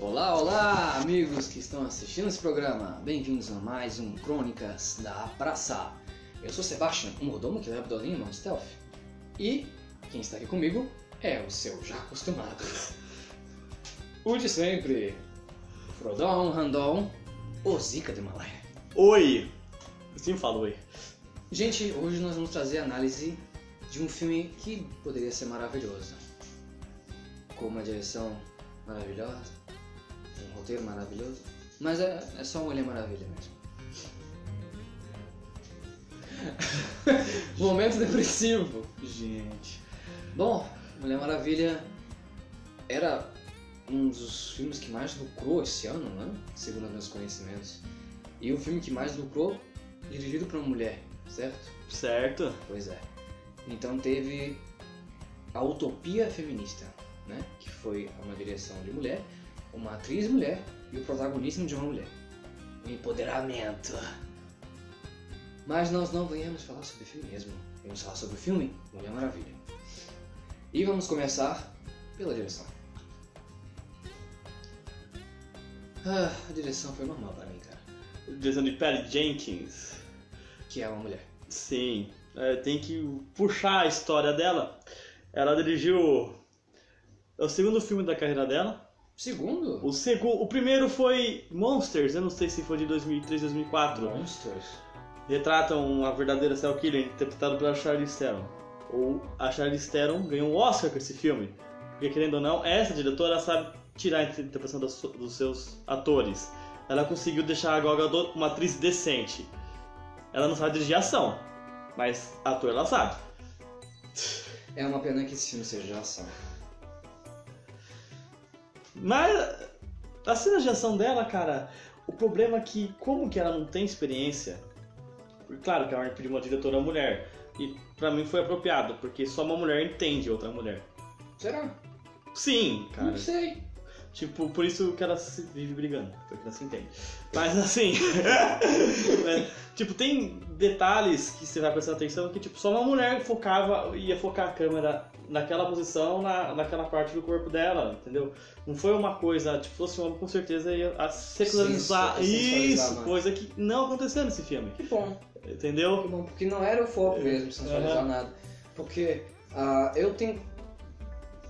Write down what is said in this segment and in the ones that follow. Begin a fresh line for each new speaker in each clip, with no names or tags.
Olá, olá, amigos que estão assistindo esse programa. Bem-vindos a mais um Crônicas da Praça. Eu sou Sebastian, um mordomo que leva Dolinho no Stealth. E quem está aqui comigo é o seu já acostumado. o de sempre, Frodon Randon, o Zika do Himalaia.
Oi! Eu sempre falo oi.
Gente, hoje nós vamos trazer a análise de um filme que poderia ser maravilhoso. Com uma direção maravilhosa, um roteiro maravilhoso, mas é, é só uma Mulher Maravilha mesmo. Momento depressivo.
Gente.
Bom, Mulher Maravilha era um dos filmes que mais lucrou esse ano, né? Segundo os meus conhecimentos. E o filme que mais lucrou, dirigido por uma mulher, certo?
Certo?
Pois é. Então teve a Utopia Feminista, né? Que foi uma direção de mulher, uma atriz mulher e o protagonismo de uma mulher. O empoderamento. Mas nós não viemos falar sobre feminismo. Vamos falar sobre o filme Mulher Maravilha. E vamos começar pela direção. Ah, a direção foi normal pra mim, cara.
Direção de Patty Jenkins.
Que é uma mulher.
Sim. É, tem que puxar a história dela. Ela dirigiu. É o segundo filme da carreira dela.
Segundo,
O, segu... o primeiro foi Monsters, eu não sei se foi de 2003, 2004.
Monsters.
Retratam a verdadeira serial killer, interpretado pela Charlize Theron. Ou a Charlize Theron ganhou um Oscar com esse filme. Porque, querendo ou não, essa diretora sabe tirar a interpretação das su- dos seus atores. Ela conseguiu deixar a Gal Gadot uma atriz decente. Ela não sabe dirigir ação, mas ator ela sabe.
É uma pena que esse filme seja de ação.
Mas a cena de ação dela, cara, o problema é que como que ela não tem experiência? Claro que ela pediu uma diretora mulher. E pra mim foi apropriado, porque só uma mulher entende outra mulher.
Será?
Sim, cara.
Não sei.
Tipo, por isso que ela se vive brigando, porque ela se entende. Mas assim. mas, tipo, tem detalhes que você vai prestar atenção que, tipo, só uma mulher focava, ia focar a câmera naquela posição, na, naquela parte do corpo dela, entendeu? Não foi uma coisa, tipo, se fosse um homem, com certeza ia a sexualizar.
sensualizar,
Isso,
né?
coisa que não aconteceu nesse filme,
Que bom.
entendeu?
Que bom, porque não era o foco mesmo, sensualizar
É. Aham.
nada. Porque ah, eu tenho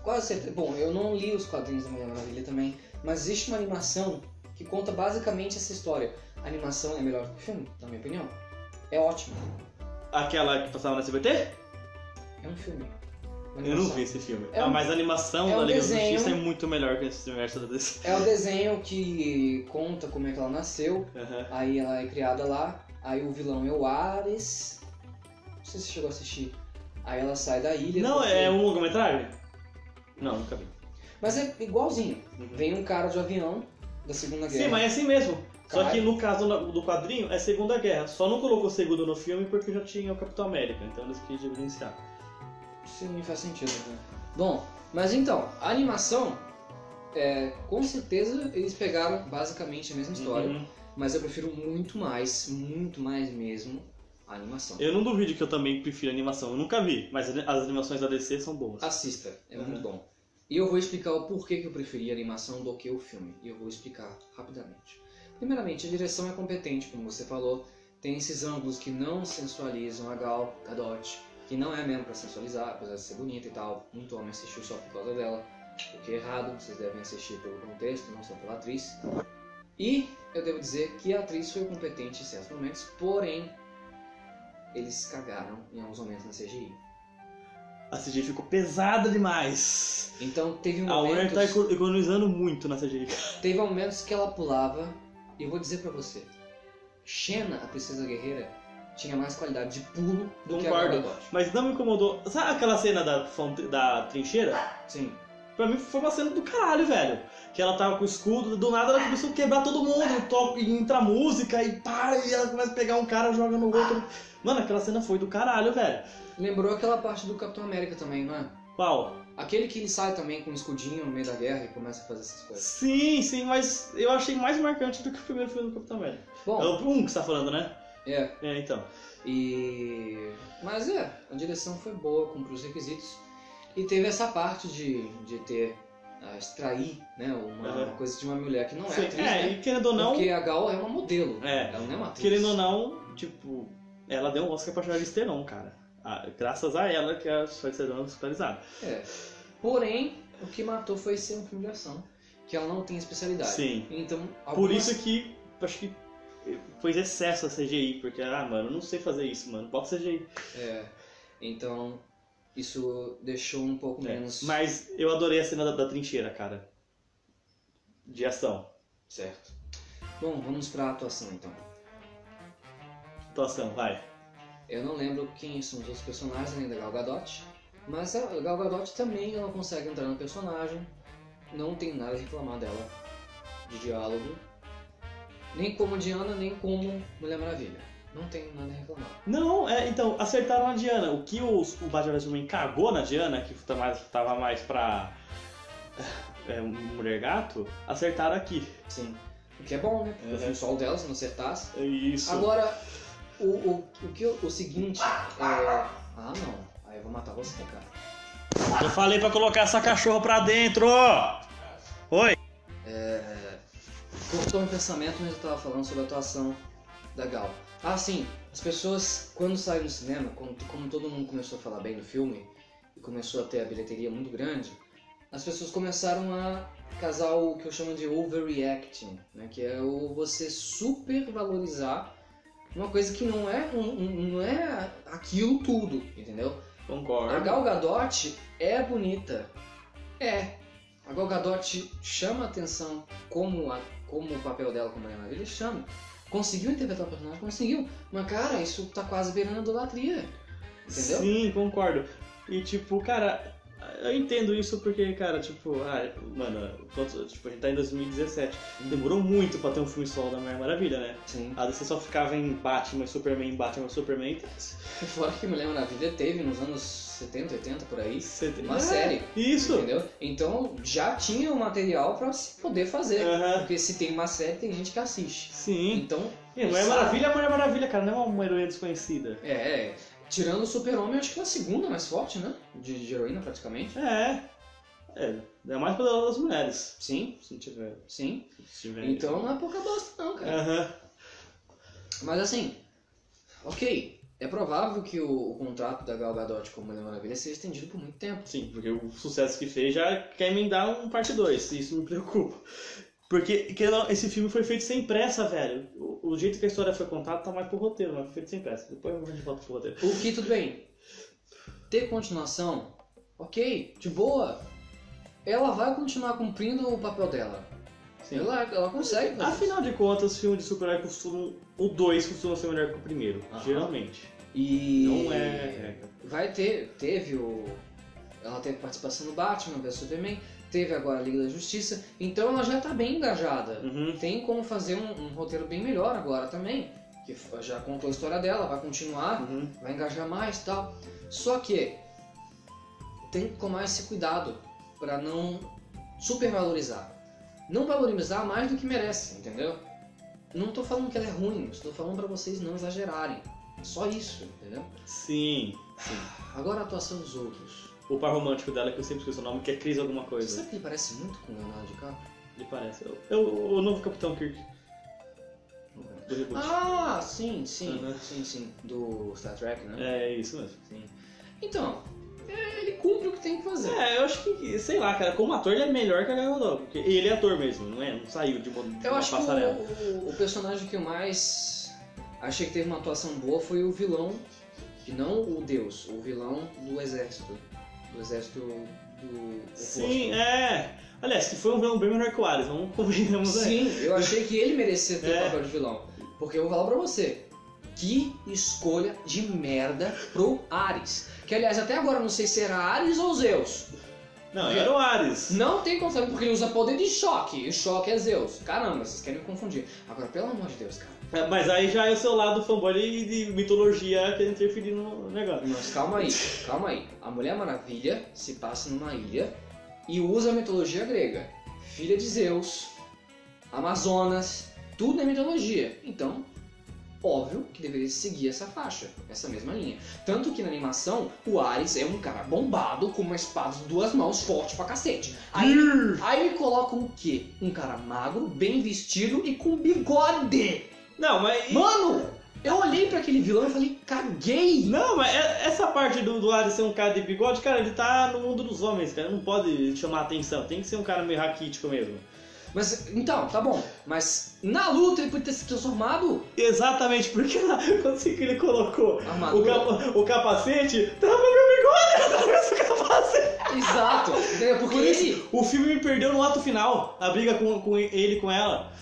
quase certeza. Bom, eu não li os quadrinhos da Mulher Maravilha também, mas existe uma animação que conta basicamente essa história. A animação é melhor do que o filme, na minha opinião. É ótima.
Aquela que passava na CBT?
É um filme. Uma
Eu não
animação.
vi esse filme.
É
Ah,
um-
mas a animação
é
da
um
Liga da
desenho.
Justiça é muito melhor que esse universo da DC.
É um desenho que conta como é que ela nasceu,
Aham.
Aí ela é criada lá, aí o vilão é o Ares. Não sei se você chegou a assistir. Aí ela sai da ilha.
Não,
porque-
é um longa-metragem? Não, nunca vi.
Mas é igualzinho.
Uhum.
Vem um cara de avião da Segunda Guerra.
Sim, mas é assim mesmo. Só
Caralho.
que no caso do- do quadrinho é Segunda Guerra. Só não colocou segundo no filme porque já tinha o Capitão América, então eles queriam diferenciar.
Sim, faz sentido. né? Bom, mas então, a animação, é, com certeza eles pegaram basicamente a mesma história.
Uhum.
Mas eu prefiro muito mais, muito mais mesmo, a animação.
Eu não duvido que eu também prefiro animação, eu nunca vi, mas as animações da DC são boas.
Assista, é
Uhum.
muito bom. E eu vou explicar o porquê que eu preferi a animação do que o filme. E eu vou explicar rapidamente. Primeiramente, a direção é competente, como você falou. Tem esses ângulos que não sensualizam a Gal Gadot, que não é mesmo pra sensualizar, apesar de ser bonita e tal. Muito homem assistiu só por causa dela, o que é errado. Vocês devem assistir pelo contexto, não só pela atriz. E eu devo dizer que a atriz foi competente em certos momentos, porém, eles cagaram em alguns momentos na CGI.
A CGI ficou pesada demais.
Então teve
A Warner
momentos...
tá eco- economizando muito na CGI.
Teve momentos que ela pulava, e eu vou dizer pra você, Xena, a princesa guerreira, tinha mais qualidade de pulo do que a
Concordo.
Gal Gadot.
Mas não me incomodou. Sabe aquela cena da, fonte- da trincheira?
Sim.
Pra mim foi uma cena do caralho, velho. Que ela tava com o escudo, do nada ela começou a quebrar todo mundo, to- e entra a música e pá, e ela começa a pegar um cara, joga no outro. Mano, aquela cena foi do caralho, velho.
Lembrou aquela parte do Capitão América também, não é?
Qual?
Aquele que ele sai também com um escudinho no meio da guerra e começa a fazer essas coisas.
Sim, sim, mas eu achei mais marcante do que o primeiro filme do Capitão América. É
Bom,
o um que você tá falando, né?
é.
É, então.
E. Mas é, a direção foi boa, cumpriu os requisitos. E teve essa parte de, de ter a extrair né, uma,
Aham.
uma coisa de uma mulher que não é
Sim,
atriz,
é,
né?
e querendo ou não,
Porque a Gal é uma modelo,
É.
ela não é uma atriz.
querendo ou não, tipo, ela deu um Oscar pra Charlize Theron, cara. Ah, graças a ela que a Charlize Theron é hospitalizada.
É. Porém, o que matou foi ser um filme de ação, que ela não tem especialidade.
Sim.
Então,
Por
algumas-
isso que acho que foi excesso a CGI, porque, ah, mano, eu não sei fazer isso, mano. Bota CGI.
É. Então, isso deixou um pouco
É,
menos
Mas eu adorei a cena da, da trincheira, cara. De ação.
certo. Bom, vamos pra atuação então.
Atuação, Então, vai.
Eu não lembro quem são os outros personagens além da Gal Gadot, mas a Gal Gadot também ela consegue entrar no personagem, não tem nada a reclamar dela de diálogo, nem como Diana, nem como Mulher Maravilha. Não tem nada a reclamar.
Não, é, então, acertaram a Diana. O que os, o Batman vs Superman cagou na Diana, que tá mais- tava mais pra é, um mulher gato, acertaram aqui.
Sim. O que é bom, né? Porque
Uhum.
foi o sol dela, se não acertasse.
É Isso.
Agora, o, o, o, que, eu- o seguinte é. Ah, não. Aí eu vou matar você, cara.
Eu falei pra colocar essa cachorra pra dentro! Oi!
cortou um pensamento mas eu tava falando sobre a atuação da Gal. Ah, sim, as pessoas, quando saem do cinema, quando, como todo mundo começou a falar bem do filme, e começou a ter a bilheteria muito grande, as pessoas começaram a casar o que eu chamo de overreacting, né? que é o você supervalorizar uma coisa que não é, um- um- não é aquilo tudo, entendeu? A
Concordo.
Gal Gadot é bonita. É. A Gal Gadot chama a atenção como, a- como o papel dela como Mulher Maravilha chama. Conseguiu interpretar o personagem? Conseguiu. Mas, cara, isso tá quase beirando a idolatria. Entendeu?
Sim, concordo. E tipo, cara, eu entendo isso porque, cara, tipo, ah, mano, quanto- tipo, a gente tá em 2017. Demorou muito pra ter um filme solo da Mulher Maravilha, né?
Sim.
A DC só ficava em Batman, Superman, Batman, Superman. Então,
E Fora que Mulher Maravilha teve nos anos 70, 80, por aí.
você tem-
Uma
É,
série.
Isso!
Entendeu? Então, já tinha o material pra se poder fazer.
Aham.
Porque se tem uma série, tem gente que assiste.
É. Sim.
Então,
E Mulher
sabe?
Maravilha é Mulher Maravilha, cara, não é uma heroína desconhecida.
É, é. tirando o Super-Homem, acho que é a segunda mais forte, né? De, de heroína, praticamente.
É. É, é a mais poderosa das mulheres.
Sim,
Se não tiver.
sim.
Se tiver
Então não é pouca bosta, não, cara.
Aham.
Mas assim, ok. É provável que o, o contrato da Gal Gadot com Mulher Maravilha seja estendido por muito tempo.
Sim, porque o sucesso que fez já quer emendar um parte 2, e isso me preocupa. Porque querendo ou não, esse filme foi feito sem pressa, velho. O, o jeito que a história foi contada tá mais pro roteiro, mas foi feito sem pressa. Depois a gente volta pro roteiro.
O que, tudo bem. Ter continuação, ok, de boa. Ela vai continuar cumprindo o papel dela.
Sim. Ah,
Ela, ela consegue. fazer isso.
Afinal de contas, os filmes de super-herói costumam. O 2 costuma ser melhor que o primeiro,
Aham.
geralmente.
E.
Não é regra.
Vai ter, teve o. Ela teve participação no Batman vs Superman, teve agora a Liga da Justiça, então ela já tá bem engajada.
Uhum.
Tem como fazer um, um roteiro bem melhor agora também, que f- já contou a história dela, vai continuar,
Uhum.
vai engajar mais e tal. Só que tem que tomar esse cuidado pra não supervalorizar. Não valorizar mais do que merece, entendeu? Não tô falando que ela é ruim, estou falando pra vocês não exagerarem. Só isso, entendeu?
Sim.
Agora a atuação dos outros.
O par romântico dela, que eu sempre esqueço o nome, que é Cris alguma
Você
coisa.
sabe que ele parece muito com o Leonardo DiCaprio?
Ele parece. Eu, eu- o novo Capitão Kirk do reboot.
Ah, sim, sim,
Uhum.
sim, sim. Do Star Trek, né?
É isso mesmo.
Sim. Então, é, ele cumpre o que tem que fazer.
É, eu acho que, sei lá, cara, como ator ele é melhor que a Gal Gadot, porque ele é ator mesmo, não é? Não saiu de uma, de
Eu
uma
acho que
passarela.
o- o, o personagem que eu mais achei que teve uma atuação boa foi o vilão, e não o deus, o vilão do exército. Do exército do oposto.
Sim, é. Aliás, que foi um vilão bem melhor que o Ares, vamos convenhamos aí.
Sim, eu achei que ele merecia ter o
É.
papel de vilão. Porque eu vou falar pra você. Que escolha de merda pro Ares. Que aliás, até agora eu não sei se era Ares ou Zeus.
Não, era o Ares.
Não tem como saber porque ele usa poder de choque. E choque é Zeus. Caramba, vocês querem me confundir. Agora, pelo amor de Deus, cara.
É, Mas aí já é o seu lado fanboy de, de mitologia querendo interferir no negócio.
Mas calma aí, calma aí. A Mulher Maravilha se passa numa ilha e usa a mitologia grega. Filha de Zeus, Amazonas, tudo é mitologia. Então, óbvio que deveria seguir essa faixa, essa mesma linha. Tanto que na animação, o Ares é um cara bombado, com uma espada de duas mãos, forte pra cacete. Aí, aí me colocam o quê? Um cara magro, bem vestido e com bigode!
Não, mas.
Mano! Eu olhei pra aquele vilão e falei, caguei!
Não, mas é- essa parte do, do Ares ser um cara de bigode, cara, ele tá no mundo dos homens, cara. Não pode chamar atenção. Tem que ser um cara meio raquítico mesmo.
Mas, então, tá bom. Mas na luta ele podia ter se transformado
Exatamente, porque lá, quando assim que ele colocou o,
armadura.
capa- o capacete, tava meu bigode através do capacete.
Exato! Entendeu? Porque
Por isso-
ele...
O filme me perdeu no ato final, a briga com, com ele e com ela.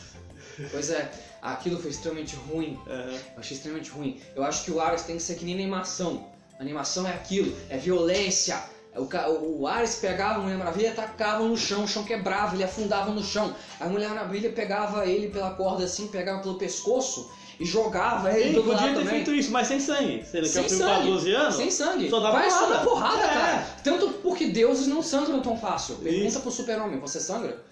Pois é, aquilo foi extremamente ruim.
É.
Eu achei extremamente ruim. Eu acho que o Ares tem que ser que nem animação. Animação é aquilo, é violência. O, ca- o Ares pegava a Mulher Maravilha e atacava no chão, o chão quebrava, ele afundava no chão. A Mulher Maravilha pegava ele pela corda assim, pegava pelo pescoço e jogava ele
Ele
do outro
podia
lado
ter
também.
feito isso, mas sem sangue. Sendo que é
Sem
um filme pra
sangue.
12 anos.
Sem sangue.
Só dá
Vai só
porrada.
dar porrada,
É.
cara. Tanto porque deuses não sangram tão fácil. Pergunta
Isso.
pro super-homem, você sangra?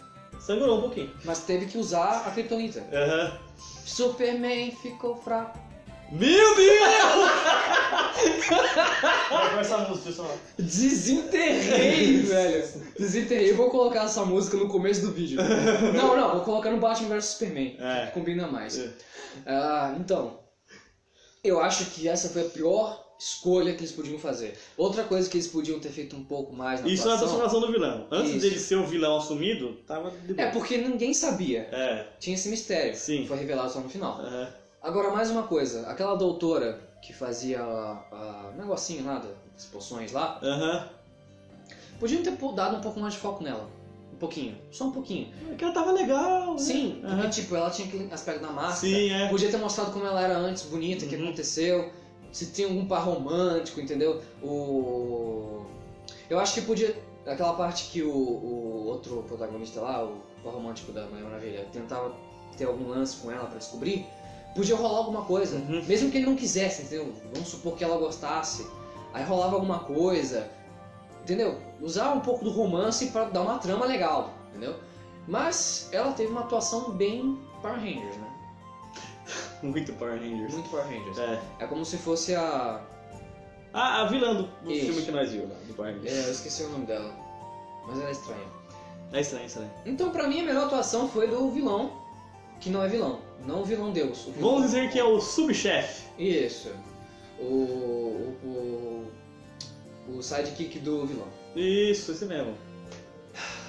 Sangrou um pouquinho.
Mas teve que usar a kriptonita.
Aham.
Superman ficou fraco.
Meu Deus!
Agora essa música, só.
Desenterrei, velho. Desenterrei. Eu vou colocar essa música no começo do vídeo. Não, não, vou colocar no Batman vs Superman.
É.
Combina mais.
É.
Ah, então, eu acho que essa foi a pior escolha que eles podiam fazer. Outra coisa que eles podiam ter feito um pouco mais na
Isso é a
atuação...
transformação do vilão. Antes
Isso.
dele ser o vilão assumido, tava de boa.
É, porque ninguém sabia.
É.
Tinha esse mistério.
Sim.
Foi revelado só no final.
Aham.
Agora, mais uma coisa. Aquela doutora que fazia o negocinho lá das poções lá,
Aham.
Podiam ter pô- dado um pouco mais de foco nela. Um pouquinho. Só um pouquinho.
O cara É tava legal. né?
Sim, porque,
Aham.
tipo, ela tinha aquele aspecto da máscara.
Sim, é.
Podia ter mostrado como ela era antes, bonita, o que
Uhum.
aconteceu. Se tinha algum par romântico, entendeu? O... Eu acho que podia... Aquela parte que o, o outro protagonista lá, o par romântico da Mulher Maravilha, tentava ter algum lance com ela pra descobrir, podia rolar alguma coisa.
Uhum.
Mesmo que ele não quisesse, entendeu? Vamos supor que ela gostasse. Aí rolava alguma coisa, entendeu? Usar um pouco do romance pra dar uma trama legal, entendeu? Mas ela teve uma atuação bem Power Rangers, né?
Muito Um Power Rangers.
Muito Power Rangers.
É.
É como se fosse a.
Ah, a vilã do, do
Isso.
filme que nós viu lá, do Power Rangers.
É, eu esqueci o nome dela. Mas ela é estranha.
É estranho, estranho.
Então, pra mim, a melhor atuação foi do vilão, que não é vilão. Não o vilão Deus. o vilão-
Vamos dizer que é o subchefe.
Isso. O. O. O, o sidekick do vilão.
Isso, esse mesmo.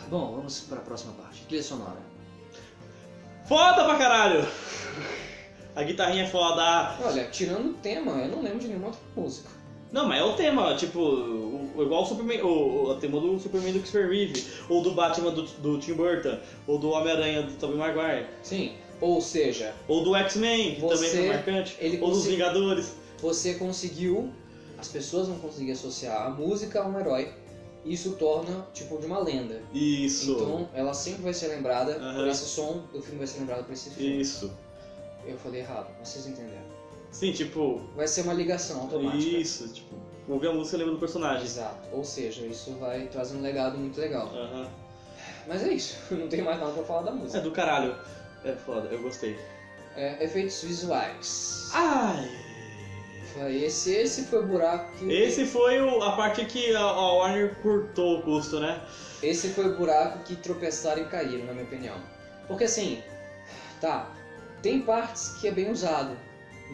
Bom, vamos pra próxima parte. Trilha sonora.
Foda pra caralho! A guitarrinha é foda.
Olha, tirando o tema, eu não lembro de nenhuma outra música.
Não, mas é o tema, ó, tipo, o- o- igual o Superman, o, o o tema do Superman do Christopher Reeve, ou do Batman do, do Tim Burton, ou do Homem-Aranha do Tobey Maguire,
Sim. Ou seja,
ou do X-Men, que também
Você-
foi marcante,
ele
ou dos
conseguiu-
Vingadores.
você conseguiu. As pessoas vão conseguir associar a música a um herói. E isso torna, tipo, de uma lenda.
Isso,
Então ela sempre vai ser lembrada por
Aham.
esse som, o filme vai ser lembrado por esse filme.
isso.
Eu falei errado, vocês entenderam.
Sim, tipo,
Vai ser uma ligação automática.
isso, tipo, ouvir a música e lembra do personagem.
Exato. Ou seja, isso vai trazer um legado muito legal.
Aham.
Mas é isso, não tem mais nada pra falar da
É
música.
do caralho. É foda, eu gostei.
É, efeitos visuais.
Ah. Ai!
Foi Esse, esse foi o buraco que.
Esse foi o- a parte que a, a Warner cortou o custo, né?
Esse foi o buraco que tropeçaram e caíram, na minha opinião. Porque assim, tá, tem partes que é bem usado,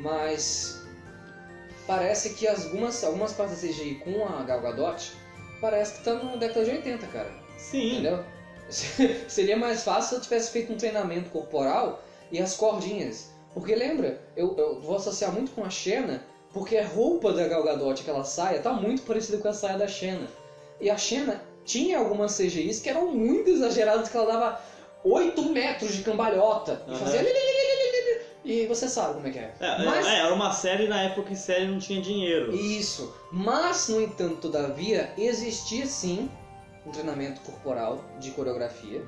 mas parece que algumas, algumas partes da CGI com a Gal Gadot parece que tá na década de 80, cara.
Sim.
Entendeu? Seria mais fácil se eu tivesse feito um treinamento corporal e as cordinhas. Porque lembra, eu, eu vou associar muito com a Xena, porque a roupa da Gal Gadot, aquela saia, tá muito parecida com a saia da Xena. E a Xena tinha algumas CGIs que eram muito exageradas, que ela dava 8 metros de cambalhota e
Aham.
fazia... lililililililili. E você sabe como é que é.
É,
Mas-
é, era uma série na época que série não tinha dinheiro.
Isso. Mas, no entanto, todavia, existia sim um treinamento corporal de coreografia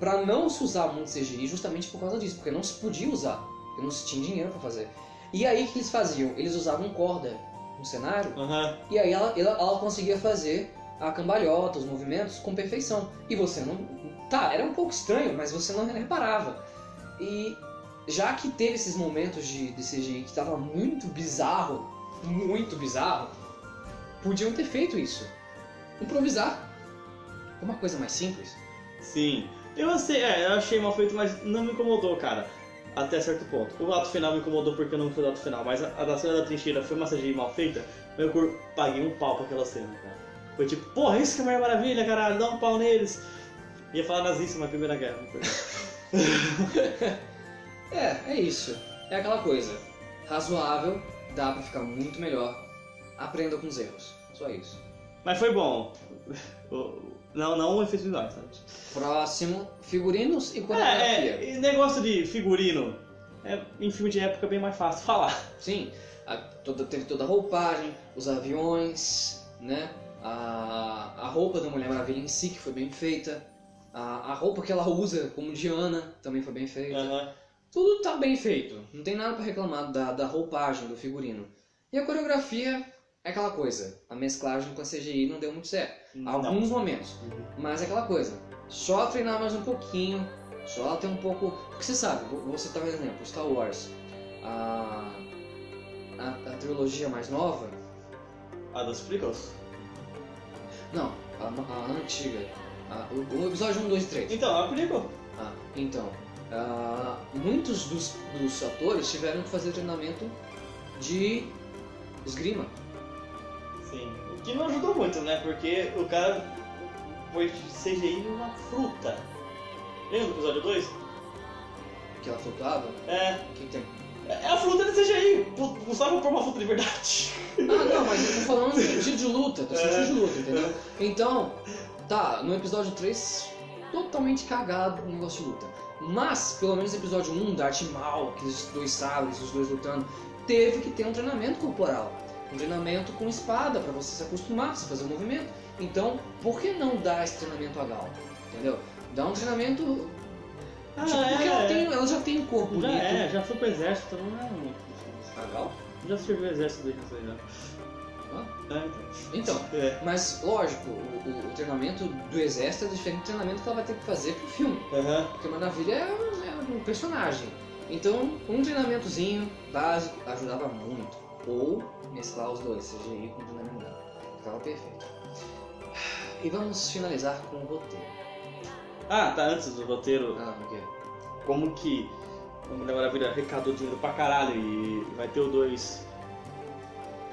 para não se usar muito CGI justamente por causa disso, porque não se podia usar, porque não se tinha dinheiro para fazer. E aí o que eles faziam? Eles usavam corda no cenário
Aham.
e aí ela, ela, ela conseguia fazer a cambalhota, os movimentos com perfeição. E você não. Tá, era um pouco estranho, mas você não reparava. E já que teve esses momentos de, de CGI que tava muito bizarro, muito bizarro, podiam ter feito isso. Improvisar. é Uma coisa mais simples.
Sim. Eu achei, é, eu achei mal feito, mas não me incomodou, cara. Até certo ponto. O ato final me incomodou porque eu não gostei do ato final, mas a, a da cena da trincheira foi uma CGI mal feita, meu corpo paguei um pau pra aquela cena, cara. Foi tipo, porra, isso que é a Mulher Maravilha, caralho, dá um pau neles. Ia falar nazista na Primeira Guerra, não foi?
É, é isso. É aquela coisa. Razoável, dá pra ficar muito melhor. Aprenda com os erros. Só isso.
Mas foi bom. O- Não, não o efeito visual, sabe?
Próximo, figurinos e
É,
coreografia.
é, e negócio de figurino. É, em filme de época é bem mais fácil falar.
Sim, a- toda- teve toda a roupagem, os aviões, né? A, a roupa da Mulher Maravilha em si, que foi bem feita. A, a roupa que ela usa como Diana também foi bem feita.
Aham.
Tudo tá bem feito. Não tem nada pra reclamar da, da roupagem, do figurino. E a coreografia é aquela coisa. A mesclagem com a CGI não deu muito certo. Alguns momentos.
Não.
Mas é aquela coisa, só treinar mais um pouquinho, só ter um pouco. Porque você sabe, vou vou citar um exemplo: Star Wars. A, a, a trilogia mais nova.
A das Ah, prequels.
Não, a, no- a antiga. A- o, o episódio 1, 2 e 3.
Então, a prequel.
Ah, então, ah, muitos dos, dos atores tiveram que fazer treinamento de esgrima.
Sim. O que não ajudou muito, né? Porque o cara foi de CGI numa fruta. Lembra do episódio 2?
Que ela flutuava.
É.
O que que tem?
É a fruta de CGI. Gu- Gustavo pôr uma fruta de verdade.
Ah, não, mas eu tô falando no sentido de luta, tô no sentido de luta, entendeu? Então, tá, no episódio 3, totalmente cagado o negócio de luta. Mas, pelo menos no episódio 1, da arte mal, que os dois sabres, os dois lutando, teve que ter um treinamento corporal. Um treinamento com espada, pra você se acostumar, você fazer o movimento. Então, por que não dar esse treinamento a Gal? Entendeu? Dá um treinamento. tipo, porque ela, tem- ela já tem um corpo
Ah, é, Já
bonito.
é, já foi pro exército, então não é muito difícil.
A Gal?
Já serviu o exército desde isso aí, já.
Hã?
É, então.
Então,
É.
Mas, lógico, o, o- o treinamento do exército é diferente do treinamento que ela vai ter que fazer pro filme.
Aham.
Porque a Maravilha é um, é um personagem. Então, um treinamentozinho básico ajudava muito. Ou mesclar os dois, CGI com treinamento dela. Ficava perfeito. Ah, E vamos finalizar com o roteiro.
Ah, tá, antes do roteiro,
Ah, o quê?
como que a Mulher Maravilha arrecadou dinheiro pra caralho e vai ter o 2.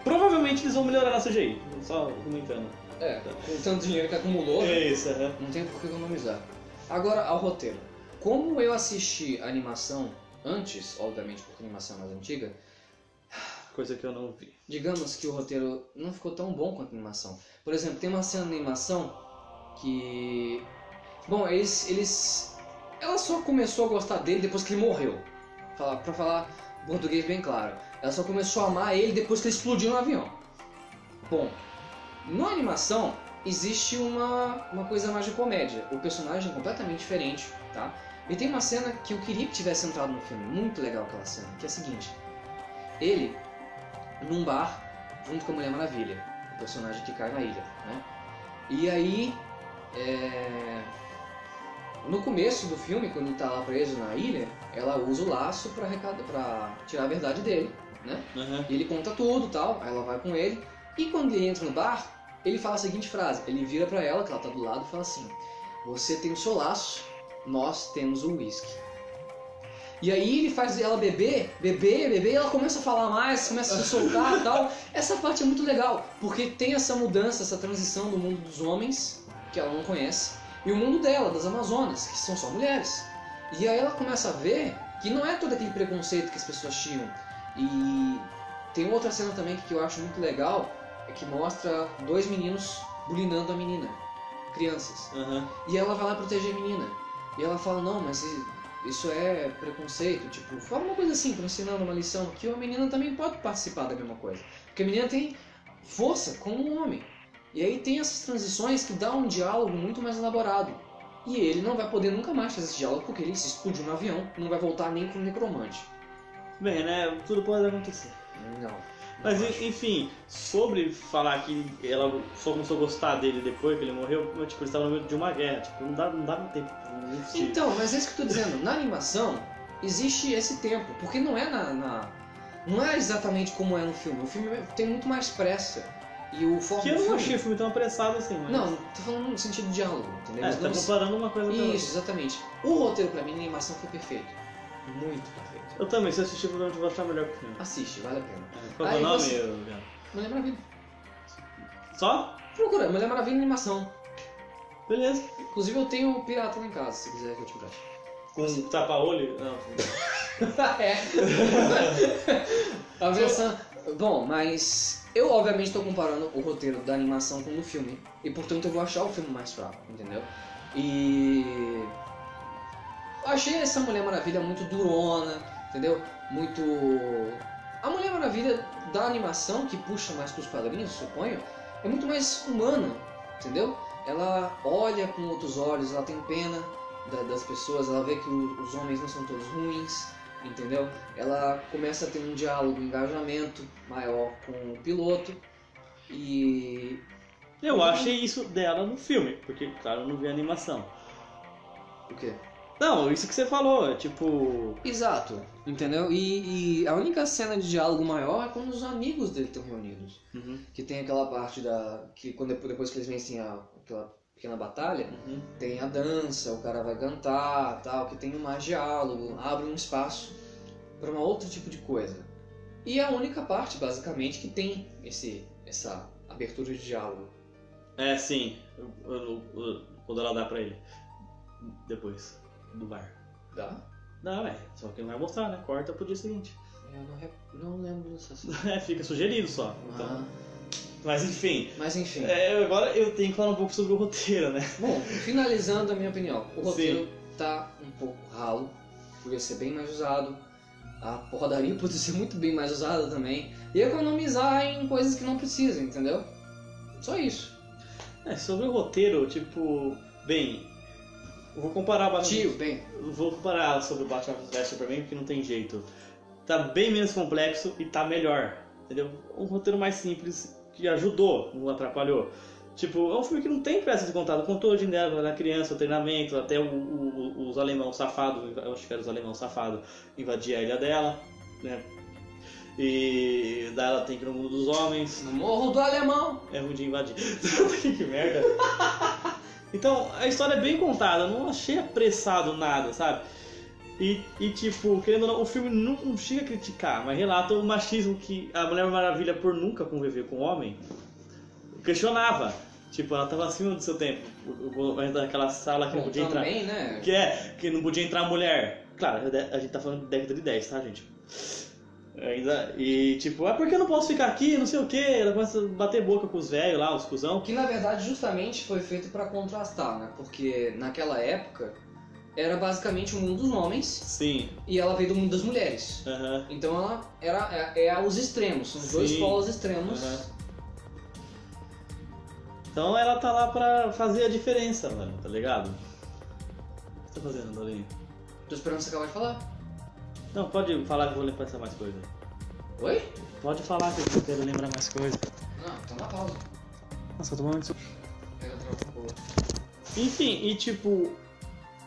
Provavelmente eles vão melhorar na CGI, só comentando.
É, com tanto dinheiro que acumulou,
É isso, aham.
não tem por que economizar. Agora, ao roteiro. Como eu assisti a animação antes, obviamente porque a animação é mais antiga,
Coisa que eu não vi.
digamos que o roteiro não ficou tão bom quanto a animação. Por exemplo, tem uma cena na animação que. Bom, eles. eles ela só começou a gostar dele depois que ele morreu. Falar, pra falar português bem claro. Ela só começou a amar ele depois que ele explodiu no avião. Bom, na animação existe uma, uma coisa mais de comédia. O personagem é completamente diferente, tá? E tem uma cena que eu queria que tivesse entrado no filme. Muito legal aquela cena, que é a seguinte. Ele num bar junto com a Mulher Maravilha, o personagem que cai na ilha, né? E aí, é, no começo do filme, quando ele tá lá preso na ilha, ela usa o laço pra, arrecada- pra tirar a verdade dele, né?
Aham.
E ele conta tudo tal, aí ela vai com ele. E quando ele entra no bar, ele fala a seguinte frase, ele vira pra ela, que ela tá do lado, e fala assim, você tem o seu laço, nós temos o uísque. E aí ele faz ela beber, beber, beber, e ela começa a falar mais, começa a se soltar e tal. Essa parte é muito legal, porque tem essa mudança, essa transição do mundo dos homens, que ela não conhece, e o mundo dela, das Amazonas, que são só mulheres. E aí ela começa a ver que não é todo aquele preconceito que as pessoas tinham. E tem outra cena também que eu acho muito legal, é que mostra dois meninos bulinando a menina, crianças.
Aham.
E ela vai lá proteger a menina. E ela fala, não, mas i- isso é preconceito. Tipo, fala uma coisa assim, pra ensinar uma lição, que a menina também pode participar da mesma coisa. Porque a menina tem força como um homem. E aí tem essas transições que dá um diálogo muito mais elaborado. E ele não vai poder nunca mais fazer esse diálogo, porque ele se explodiu no avião, não vai voltar nem pro necromante.
Bem, né? Tudo pode acontecer.
Não.
Mas en- enfim, sobre falar que ela só começou a gostar dele depois que ele morreu, eu, tipo, eles estavam no meio de uma guerra, tipo, não dá, não dá tempo pra não existir.
Então, mas é isso que eu tô dizendo. Na animação, existe esse tempo, porque não é na, na- não é exatamente como é no filme. O filme tem muito mais pressa e o foco
Que
do
eu não
filme-
achei o filme tão apressado assim, mas.
Não, tô falando no sentido de diálogo, entendeu?
É,
Mas
você tá
não-
comparando uma coisa com a outra.
Isso, exatamente. O roteiro pra mim na animação foi perfeito. Muito perfeito.
Eu também, se eu assistir o programa de vou achar melhor que o filme.
Assiste, vale a pena.
É, Qual que é
Ah, Aí
o nome?
você-
eu- eu-
Mulher Maravilha.
Só?
Procura, Mulher Maravilha animação.
Beleza.
Inclusive eu tenho o pirata lá em casa, se quiser que eu te preste.
Com tapa-olho? Não.
é. a versão. Bom, mas eu obviamente estou comparando o roteiro da animação com o do filme. E portanto eu vou achar o filme mais fraco, entendeu? E. Achei essa Mulher Maravilha muito durona, entendeu? Muito. A Mulher Maravilha da animação, que puxa mais pros quadrinhos, suponho, é muito mais humana, entendeu? Ela olha com outros olhos, ela tem pena da- das pessoas, ela vê que o- os homens não são todos ruins, entendeu? Ela começa a ter um diálogo, um engajamento maior com o piloto e
Eu achei isso dela no filme, porque, claro, eu não vi a animação.
o quê?
Não, isso que você falou, é tipo.
Exato, entendeu? E, e a única cena de diálogo maior é quando os amigos dele estão reunidos, que tem aquela parte da que quando depois, depois que eles vencem a, aquela pequena batalha,
Uhum.
tem a dança, o cara vai cantar, tal, que tem um mais diálogo, abre um espaço para um outro tipo de coisa. E é a única parte, basicamente, que tem esse essa abertura de diálogo.
É, sim. Eu- eu- eu- quando ela dá pra ele. Depois, do bar.
Dá?
Não, é. Só que não vai mostrar, né? Corta pro dia seguinte.
É, Eu não, re- não lembro dessa cena.
É, fica sugerido só. Então,
Ah,
mas enfim.
mas enfim.
É, eu- agora eu tenho que falar um pouco sobre o roteiro, né?
Bom, finalizando a minha opinião, o
Sim.
roteiro tá um pouco ralo, podia ser bem mais usado, a rodaria podia ser muito bem mais usada também, e economizar em coisas que não precisa, entendeu? Só isso.
É, sobre o roteiro, tipo. Bem. eu Vou comparar Batman.
Tio, bem,
Vou comparar sobre o Batman vs Superman porque não tem jeito. Tá bem menos complexo e tá melhor. Entendeu? Um roteiro mais simples que ajudou, não atrapalhou. Tipo, é um filme que não tem peças de contato. Contou a Gindela da criança, o treinamento, até o- o- os alemão safados, eu acho que era os alemão safados, invadir a ilha dela, né? E daí ela tem que ir no mundo dos homens.
no Morro do Alemão,
É ruim de invadir. que merda. Então, a história é bem contada, eu não achei apressado nada, sabe? E, e, tipo, querendo ou não, o filme não, não chega a criticar, mas relata o machismo que a Mulher Maravilha, por nunca conviver com o homem, questionava. Tipo, ela tava acima do seu tempo, o- o- daquela sala que não
Bom,
podia Tá entrar.
também, né?
Que é, que não podia entrar mulher. Claro, a gente tá falando de década de 10, tá, gente? Ainda, e tipo, é porque eu não posso ficar aqui, não sei o que. Ela começa a bater boca com os velhos lá, os cuzão.
Que na verdade justamente foi feito pra contrastar, né? Porque naquela época era basicamente o mundo dos homens
Sim,
e ela veio do mundo das mulheres.
aham.
Então ela era, é, é os extremos, são os dois
Sim.
polos extremos.
Aham. Então ela tá lá pra fazer a diferença, mano, tá ligado? O que você tá fazendo, Dorinho?
Tô esperando você acabar de falar.
Não, pode falar que eu vou lembrar essa mais coisa.
Oi?
Pode falar que eu quero lembrar mais coisa.
Não, então dá pausa.
Nossa, eu tô muito
Pega outra coisa.
Enfim, e tipo,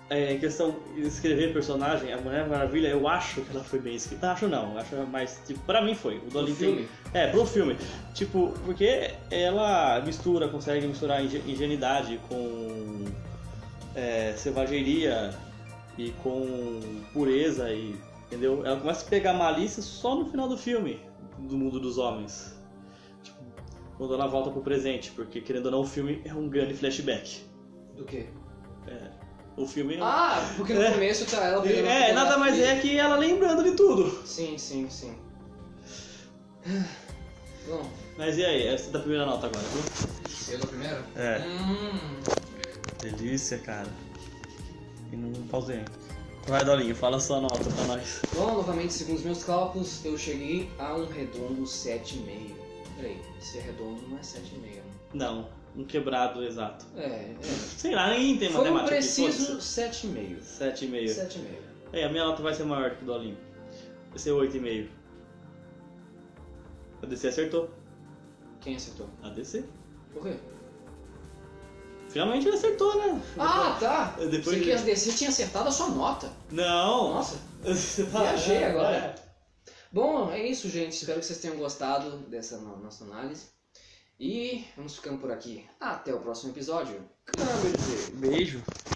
é, em questão de escrever personagem, a Mulher Maravilha, eu acho que ela foi bem escrita. Acho não, eu acho mais. Tipo, pra mim foi. O Dolin
Do
tem.
filme?
É, pro filme. Tipo, porque ela mistura, consegue misturar inge- ingenuidade com é, selvageria e com pureza e. Entendeu? Ela começa a pegar malícia só no final do filme, do mundo dos homens. Tipo, quando ela volta pro presente, porque querendo ou não, o filme é um grande flashback.
Do quê?
O filme.
Ah, porque no
É.
começo tá ela virando
é, nada mais é que ela lembrando de tudo.
Sim, sim, sim. Bom,
Mas e aí, essa da primeira nota agora, viu?
eu dou primeiro?
É.
Hum,
Delícia, cara. E não pausei ainda. Vai, Dolinho, fala sua nota pra nós.
bom, novamente, segundo os meus cálculos, eu cheguei a um redondo 7,5. Peraí, se é redondo não é 7,5. né?
Não, um quebrado exato.
É, é.
Sei lá, ninguém tem
Foi um
matemática
preciso
aqui.
7,5.
7,5.
7,5.
É, a minha nota vai ser maior que o Dolinho. Vai ser 8,5. A DC acertou.
Quem acertou?
A DC.
Por quê?
Finalmente ele acertou, né?
Ah, tá!
Depois
Você
ele-
que você tinha acertado a sua nota.
Não! É.
Nossa.
Você
Viajei agora. Bom, é isso, gente. Espero que vocês tenham gostado dessa no- nossa análise. E vamos ficando por aqui. Até o próximo episódio. Câmbio de-
Beijo.